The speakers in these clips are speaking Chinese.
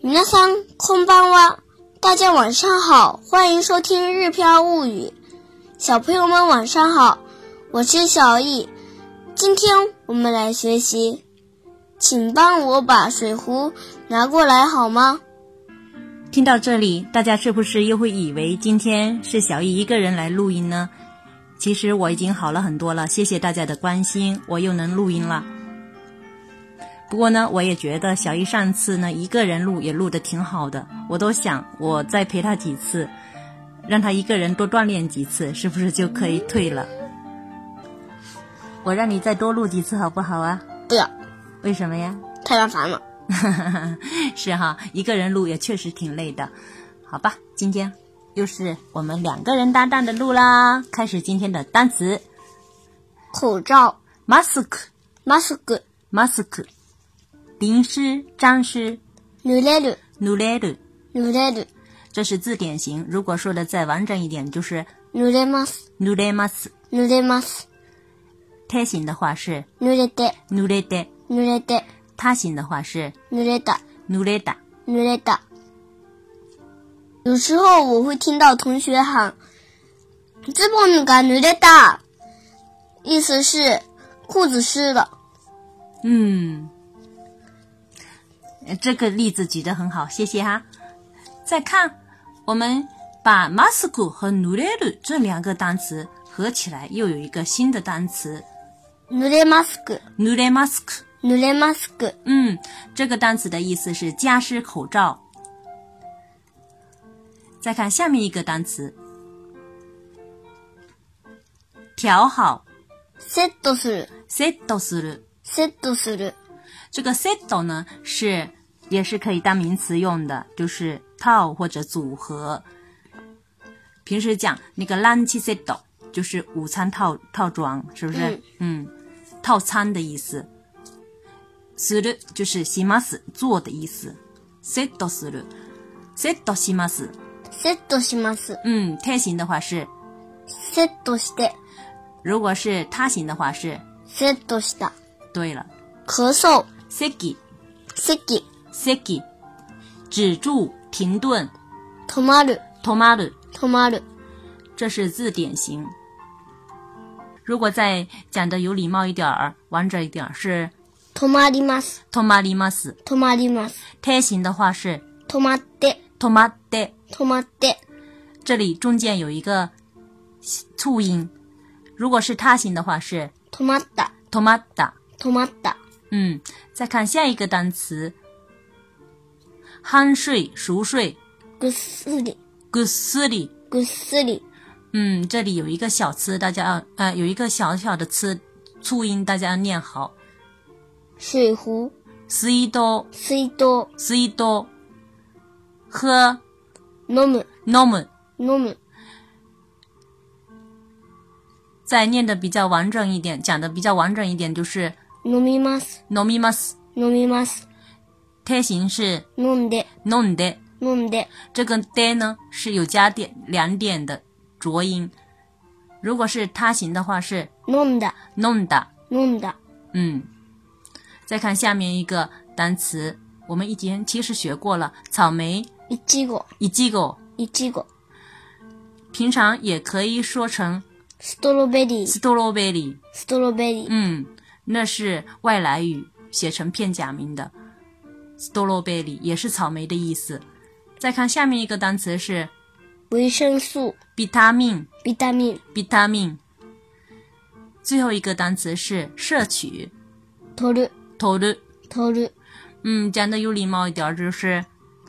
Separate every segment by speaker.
Speaker 1: 皆さんこんばんは，大家晚上好，欢迎收听《日飘物语》。小朋友们晚上好，我是小易。今天我们来学习，请帮我把水壶拿过来好吗？
Speaker 2: 听到这里，大家是不是又会以为今天是小易一个人来录音呢？其实我已经好了很多了，谢谢大家的关心，我又能录音了。不过呢，我也觉得小易上次呢一个人录也录得挺好的，我都想我再陪他几次，让他一个人多锻炼几次，是不是就可以退了？我让你再多录几次好不好啊？
Speaker 1: 不要，
Speaker 2: 为什么呀？
Speaker 1: 太麻烦了。
Speaker 2: 是哈，一个人录也确实挺累的，好吧，今天又是我们两个人搭档的录啦。开始今天的单词
Speaker 1: 口罩
Speaker 2: ：mask，mask，
Speaker 1: ，mask，
Speaker 2: 淋湿、沾湿、
Speaker 1: 濡れる、
Speaker 2: 濡れる，
Speaker 1: 濡れる、
Speaker 2: 这是字典型。如果说的再完整一点，就是
Speaker 1: 濡れます、
Speaker 2: 濡れます。
Speaker 1: 濡れます、
Speaker 2: 贴形的话是
Speaker 1: 濡れて、
Speaker 2: 濡れて，
Speaker 1: 濡れて、
Speaker 2: 他形的话是
Speaker 1: 濡れた。
Speaker 2: 濡れた。
Speaker 1: 濡れた。有时候我会听到同学喊“ズボンが濡れた”，意思是裤子湿了。
Speaker 2: 嗯，呃这个例子举得很好，谢谢哈。再看，我们把 mask 和 nureru 这两个单词合起来，又有一个新的单词
Speaker 1: 濡れマスク、
Speaker 2: nure mask。
Speaker 1: 濡れマスク、
Speaker 2: 嗯，这个单词的意思是加湿口罩。再看下面一个单词，调好
Speaker 1: セットする、
Speaker 2: set する。
Speaker 1: セットする、
Speaker 2: 这个 set 呢是也是可以当名词用的，就是套或者组合。平时讲那个 lunch set 就是午餐套套装，是不是？嗯套餐的意思。する就是します做的意思。set する，set します。
Speaker 1: セットします、
Speaker 2: 嗯，贴形的话是，
Speaker 1: セットして、
Speaker 2: 如果是他形的话是。
Speaker 1: セットした。
Speaker 2: 对了，
Speaker 1: 咳嗽、
Speaker 2: 席
Speaker 1: 咳、
Speaker 2: 席，止住停顿
Speaker 1: 止まる、
Speaker 2: 止まる。
Speaker 1: 止まる、
Speaker 2: 这是字典型。如果再讲的有礼貌一点儿、完整一点儿是
Speaker 1: 止まります、
Speaker 2: 止まります。
Speaker 1: 止まります、
Speaker 2: 贴形的话是
Speaker 1: 止まって、
Speaker 2: 止まって。
Speaker 1: 止まって、
Speaker 2: 这里中间有一个促音。如果是他形的话是
Speaker 1: 止まった、
Speaker 2: 止まった。
Speaker 1: 止まった。
Speaker 2: 嗯，再看下一个单词，酣睡、熟睡、
Speaker 1: ぐっすり、
Speaker 2: ぐっすり。
Speaker 1: ぐっすり、
Speaker 2: 嗯，这里有一个小词，大家要呃有一个小小的词促音，大家要念好。
Speaker 1: 水壶、
Speaker 2: 水道
Speaker 1: 水筒、
Speaker 2: 水道喝
Speaker 1: 飲む、
Speaker 2: 飲む。
Speaker 1: 飲む、
Speaker 2: 再念的比较完整一点，讲的比较完整一点就是
Speaker 1: 飲みます、
Speaker 2: 飲みます。
Speaker 1: 飲みます、
Speaker 2: 贴形是
Speaker 1: 飲んで、
Speaker 2: 飲んで，
Speaker 1: 飲んで、
Speaker 2: 这个で呢是有加点两点的浊音。如果是他形的话是
Speaker 1: 飲んだ、
Speaker 2: 飲んだ。
Speaker 1: 飲んだ、
Speaker 2: 嗯，再看下面一个单词，我们以前其实学过了，草莓
Speaker 1: いちご、
Speaker 2: いちご，
Speaker 1: いちご、
Speaker 2: 平常也可以说成
Speaker 1: ストロベリー、
Speaker 2: strawberry。
Speaker 1: ストロベリー、
Speaker 2: 嗯，那是外来语写成片假名的 strawberry，也是草莓的意思。再看下面一个单词是
Speaker 1: 维生素、
Speaker 2: vitamin
Speaker 1: ビタミン、
Speaker 2: vitamin，最后一个单词是摄取
Speaker 1: 取る、
Speaker 2: 取る。
Speaker 1: 取る、
Speaker 2: 嗯，讲的有礼貌一点儿就是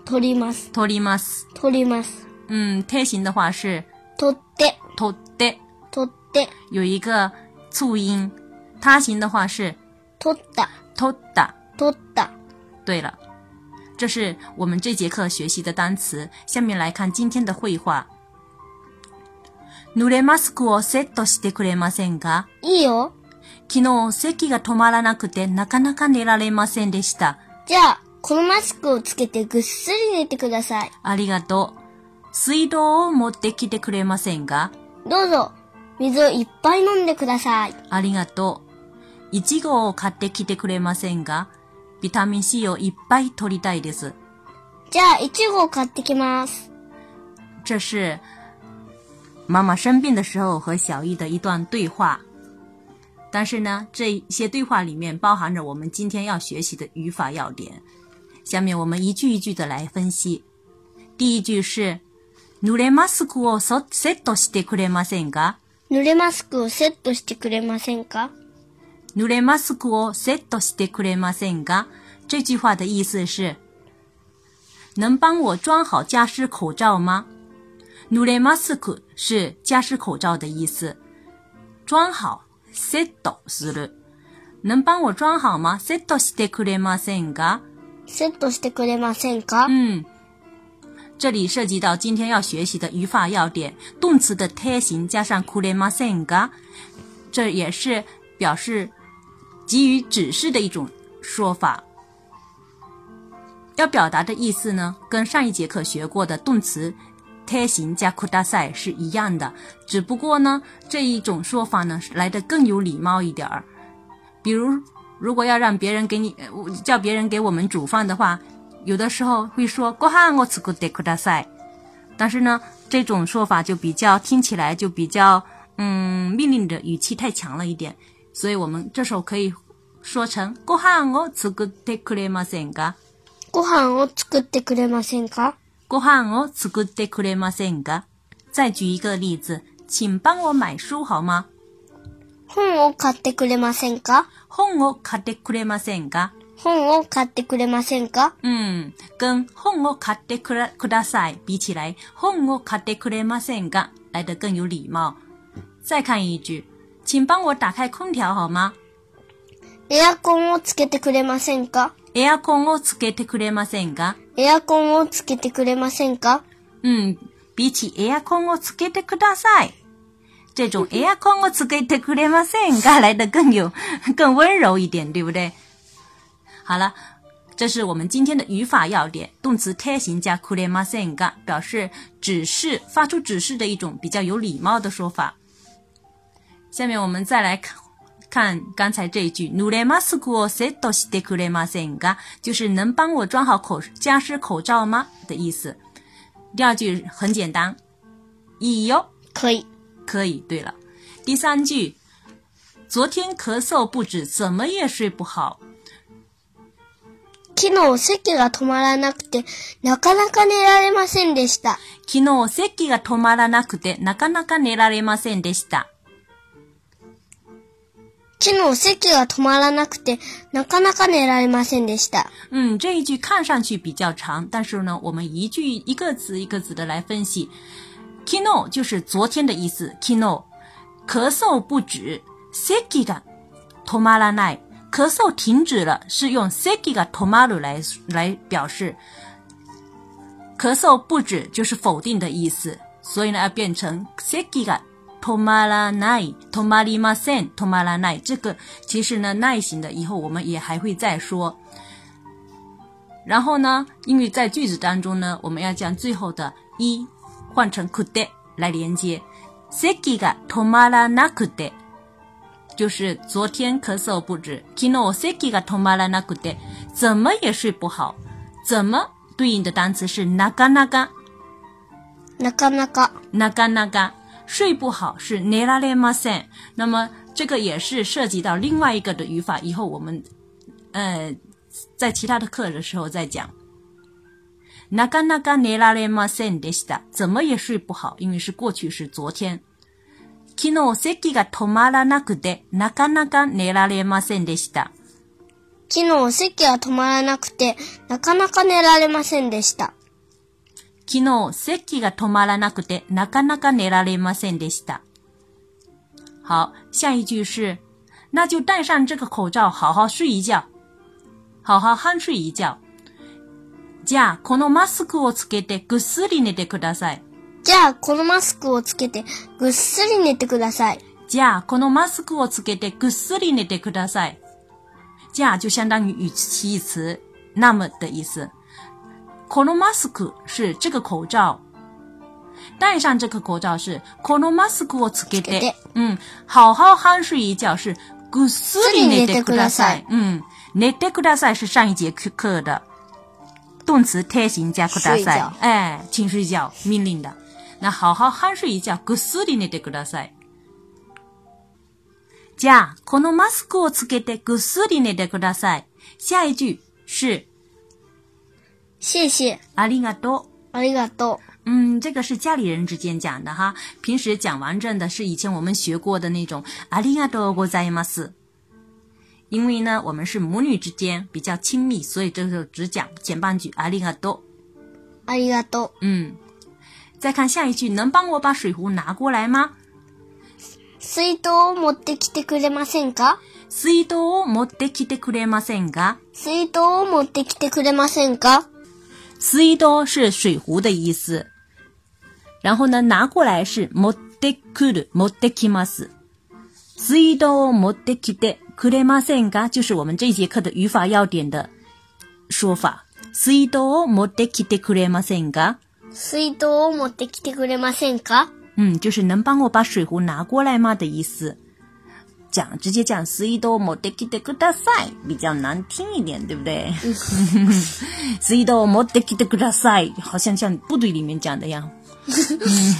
Speaker 1: 取ります、
Speaker 2: 取ります。
Speaker 1: 取ります、
Speaker 2: 嗯，贴形的话是
Speaker 1: 取って、
Speaker 2: 取って，
Speaker 1: 取って、
Speaker 2: 有一个促音；他形的话是
Speaker 1: 取った、
Speaker 2: 取った。
Speaker 1: 取った。
Speaker 2: 对了，这是我们这节课学习的单词。下面来看今天的绘画。濡れマスクをセットしてくれませんか
Speaker 1: いいよ。
Speaker 2: 昨日席が止まらなくてなかなか寝られませんでした。
Speaker 1: じゃあ、このマスクをつけてぐっすり寝てください。
Speaker 2: ありがとう。水道を持ってきてくれませんか
Speaker 1: どうぞ、水をいっぱい飲んでください。
Speaker 2: ありがとう。いちごを買ってきてくれませんかビタミン C をいっぱい取りたいです。
Speaker 1: じゃあ、いちごを買ってきます。
Speaker 2: 这是妈妈生病的时候和小易的一段对话。但是呢，这些对话里面包含着我们今天要学习的语法要点。下面我们一句一句的来分析。第一句是“濡れマスクをそセットしてくれませんか？”
Speaker 1: 濡れマスクをセットしてくれませんか
Speaker 2: 濡れマスクをセットしてくれませんか？这句话的意思是：能帮我装好加湿口罩吗？濡れマスク是加湿口罩的意思，装好 set する。能帮我装好吗？set してくれませんか？
Speaker 1: セットしてくれませんか
Speaker 2: 嗯，这里涉及到今天要学习的语法要点，动词的贴形加上くれませんか，这也是表示给予指示的一种说法。要表达的意思呢，跟上一节课学过的动词贴形加ください是一样的，只不过呢，这一种说法呢来的更有礼貌一点儿。比如，如果要让别人给你呃我叫别人给我们煮饭的话，有的时候会说“ご飯を作ってください”，但是呢，这种说法就比较听起来就比较嗯命令的语气太强了一点，所以我们这时候可以说成“ご飯を作ってくれませんか”。
Speaker 1: ご飯を作ってくれませんか
Speaker 2: ご飯を作ってくれませんか？再举一个例子，请帮我买书好吗？
Speaker 1: 本を買ってくれませんか
Speaker 2: 本を買ってくれませんか？
Speaker 1: 本を買ってくれませんか
Speaker 2: 嗯，跟本を買ってくだください比起来，本を買ってくれませんか来得更有礼貌。再看一句，请帮我打开空调好吗？
Speaker 1: エアコンをつけてくれませんか
Speaker 2: エアコンをつけてくれませんか？
Speaker 1: エアコンをつけてくれませんか
Speaker 2: 嗯，比起エアコンをつけてください，这种エアコンをつけてくれませんか来的更有 更温柔一点，对不对？好了，这是我们今天的语法要点，动词贴形加くれませんか表示指示，发出指示的一种比较有礼貌的说法。下面我们再来看。看刚才这一句，濡れマスクをセットしてくれませんか，就是能帮我装好口加湿口罩吗的意思。第二句很简单，いいよ，
Speaker 1: 可以。
Speaker 2: 可以。对了，第三句，昨天咳嗽不止，怎么也睡不好。
Speaker 1: 昨日、咳が止まらなくて、なかなか寝られませんでした。
Speaker 2: 昨日咳が止まらなくてなかなか寝られませんでした。
Speaker 1: 昨日、咳が止まらなくて、なかなか寝られませんでした。
Speaker 2: 嗯，这一句看上去比较长，但是呢，我们一句一个词一个词的来分析。昨日就是昨天的意思。昨日咳嗽不止，咳が止まらない，咳嗽停止了，是用咳が止まる来来表示。咳嗽不止就是否定的意思，所以呢要变成咳が止まらない、止まりません、止まらない。这个其实呢耐型的，以后我们也还会再说。然后呢，英语在句子当中呢，我们要将最后的“一”换成 “kude” 来连接。咳が止まらなくて，就是昨天咳嗽不止，昨日咳が止まらなくて，怎么也睡不好。怎么对应的单词是なかなか，
Speaker 1: なかなか、
Speaker 2: なかなか睡不好是寝られません。那么这个也是涉及到另外一个的语法，以后我们呃在其他的课的时候再讲。なかなか寝られませんでした。怎么也睡不好，因为是过去式，昨天。昨日咳が止まらなくてなかなか寝られませんでした。
Speaker 1: 昨日、咳が止まらなくて、なかなか寝られませんでした。
Speaker 2: 昨日、咳が止まらなくて、なかなか寝られませんでした。好，下一句是，那就戴上这个口罩，好好睡一觉，好好酣睡一觉。じゃあ、このマスクをつけてぐっすり寝てください。
Speaker 1: じゃあ、このマスクをつけて、ぐっすり寝てください。
Speaker 2: じゃあ、このマスクをつけてぐっすり寝てください。じゃあ就相当于语气词“那么”的意思。このマスク是这个口罩，戴上这个口罩是このマスクをつけ
Speaker 1: つけ
Speaker 2: て
Speaker 1: て。
Speaker 2: 嗯，好好酣睡一觉是ぐっすり寝てください。嗯，寝てください是上一节课的动动词泰行加くだ
Speaker 1: 睡
Speaker 2: さい
Speaker 1: 觉。
Speaker 2: 哎，请睡觉，命令的。那好好酣睡一觉，ぐっすり寝てください。じゃあ、このマスクをつけてぐっすり寝てください。下一句是
Speaker 1: 谢谢，
Speaker 2: ありがとう。
Speaker 1: ありがとう。
Speaker 2: 嗯，这个是家里人之间讲的哈。平时讲完整的是以前我们学过的那种ありがとうございます。因为呢，我们是母女之间比较亲密，所以这时候只讲前半句ありがとう。
Speaker 1: ありがとう。
Speaker 2: 嗯，再看下一句，能帮我把水壶拿过来吗？
Speaker 1: 水筒を持ってきてくれませんか
Speaker 2: 水筒を持ってきてくれませんか？
Speaker 1: 水筒を持ってきてくれませんか
Speaker 2: 水道是水壶的意思。然后呢，拿过来是持ってくる、持ってきます。水道を持ってきてくれませんか？就是我们这一节课的语法要点的说法。水道を持ってきてくれませんか？
Speaker 1: 水筒を持ってきてくれませんか
Speaker 2: 嗯，就是能帮我把水壶拿过来吗的意思。讲直接讲水道を持ってきてください比较难听一点，对不对？水道を持ってきてください，好像像部队里面讲的样，嗯，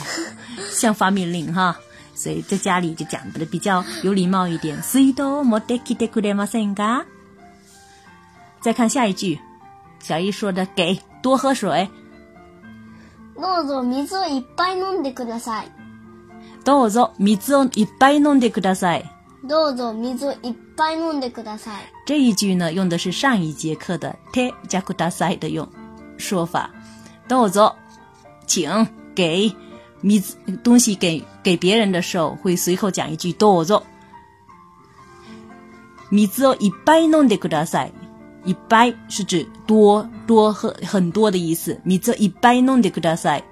Speaker 2: 像发命令哈。所以在家里就讲的比较有礼貌一点。水道を持ってきてくれませんか？再看下一句，小易说的给多喝水，
Speaker 1: どうぞ水をいっぱい飲んでください。
Speaker 2: どうぞ水哦をいっぱい飲んでください。
Speaker 1: どうぞ水をいっぱい飲んでください。
Speaker 2: 这一句呢，用的是上一节课的 te 加 u d a s a i 的用说法。豆子，请给米东西给给别人的时候，会随后讲一句豆子。米子哦をいっぱい飲んでください。いっぱい是指多多喝很多的意思。米子を哦いっぱい飲んでください。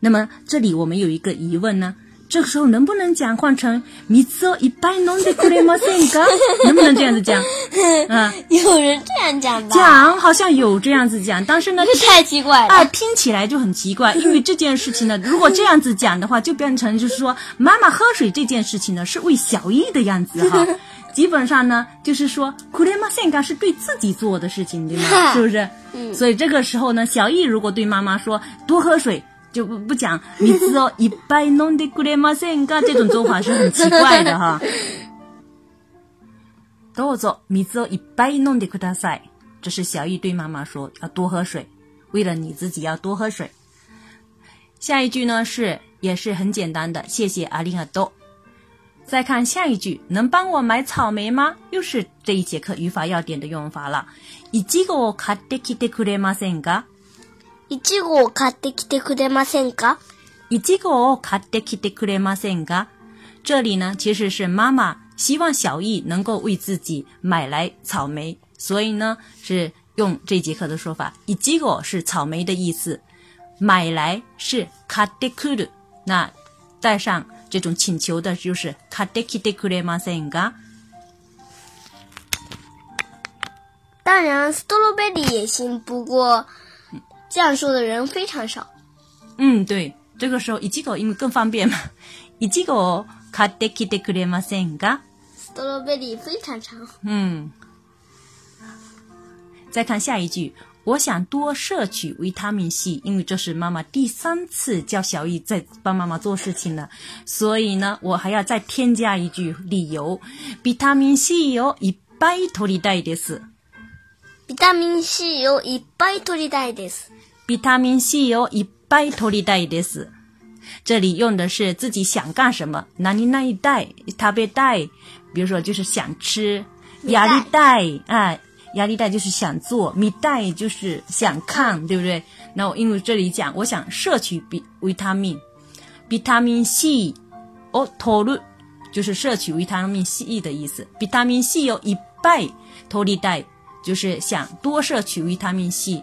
Speaker 2: 那么这里我们有一个疑问呢，这个时候能不能讲换成米子をいっぱい飲んでくれませんか？能不能这样子讲？啊，
Speaker 1: 有人这样讲吧？
Speaker 2: 讲好像有这样子讲，但是呢，
Speaker 1: 这太奇怪了。
Speaker 2: 哎，拼起来就很奇怪，因为这件事情呢，如果这样子讲的话，就变成就是说，妈妈喝水这件事情呢，是为小易的样子哈。基本上呢，就是说，苦练马线嘎是对自己做的事情，对吗？是不是？所以这个时候呢，小易如果对妈妈说多喝水，就不不讲你知道一杯 弄的苦练马线嘎这种做法是很奇怪的哈。どうぞ水をいっぱい飲んでください。这是小易对妈妈说要多喝水，为了你自己要多喝水。下一句呢是也是很简单的，谢谢阿里がとう。再看下一句，能帮我买草莓吗？又是这一节课语法要点的用法了。いちごを買ってきてくれませんか？
Speaker 1: いちごを買ってきてくれませんか
Speaker 2: いちごを買ってきてくれませんか？这里呢，其实是妈妈希望小易能够为自己买来草莓，所以呢是用这节课的说法，いちご哦是草莓的意思，买来是買ってくる。那带上这种请求的就是買ってきてくれませんか？
Speaker 1: 当然，斯トロベリー也行，不过这样说的人非常少。
Speaker 2: 嗯，对，这个时候いちご因为更方便嘛，いちごを買ってきてくれませんか？
Speaker 1: 斯トロベリー非常长。
Speaker 2: 嗯，再看下一句，我想多摄取维他命 C，因为这是妈妈第三次叫小易在帮妈妈做事情了，所以呢，我还要再添加一句理由，维他命 C をいっぱい取りたいです。
Speaker 1: ビタミン C をいっぱい取りたいです。
Speaker 2: ビタミン C をいっぱい取りたいです。这里用的是自己想干什么，哪里那一带食べたい，比如说就是想吃，压力带啊，压力带就是想做，米带就是想看，对不对？那我因为这里讲，我想摄取比维他命，ビタミン C を取る，就是摄取维他命 C 的意思。ビタミン C をいっぱい取りたい，就是想多摄取维他命 C。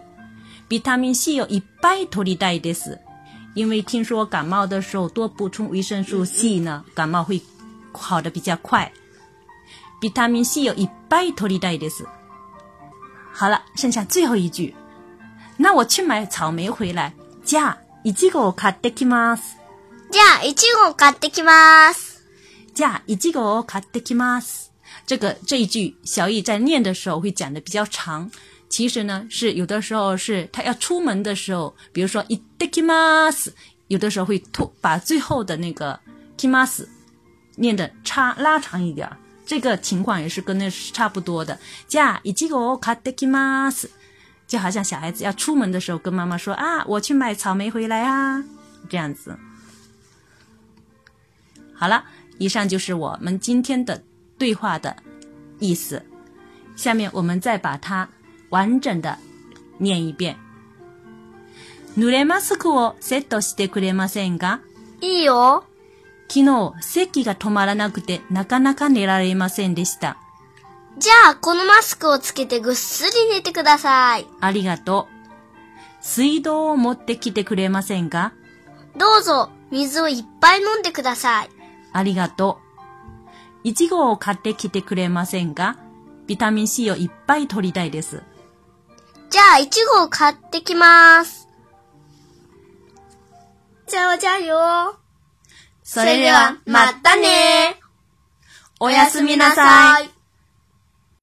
Speaker 2: ビタミン C をいっぱい取りたいです。因为听说感冒的时候多补充维生素 C 呢，感冒会好的比较快。ビタミン C をいっぱい取りたいです。好了，剩下最后一句。那我去买草莓回来。じゃあ、いちごを買ってきます。
Speaker 1: じゃあ、いちごを買ってきます。
Speaker 2: じゃあ、いちごを買ってきます。这个这一句，小易在念的时候会讲的比较长，其实呢是有的时候是他要出门的时候，比如说いってきます，有的时候会吐，把最后的那个 kimas 念的差拉长一点儿。这个情况也是跟那是差不多的。じゃあいちごを買ってきます，就好像小孩子要出门的时候跟妈妈说啊，我去买草莓回来啊，这样子。好了，以上就是我们今天的对话的意思。下面我们再把它完整的念一遍。濡れマスクをセットしてくれませんか
Speaker 1: いいよ。
Speaker 2: 昨日、咳が止まらなくてなかなか寝られませんでした。
Speaker 1: じゃあ、このマスクをつけてぐっすり寝てください。
Speaker 2: ありがとう。水道を持ってきてくれませんか
Speaker 1: どうぞ、水をいっぱい飲んでください。
Speaker 2: ありがとう。いちごを買ってきてくれませんかビタミン C をいっぱい取りたいです。
Speaker 1: じゃあ、いちごを買ってきます。加油加油。
Speaker 2: それでは、またねおやすみなさい。
Speaker 1: い。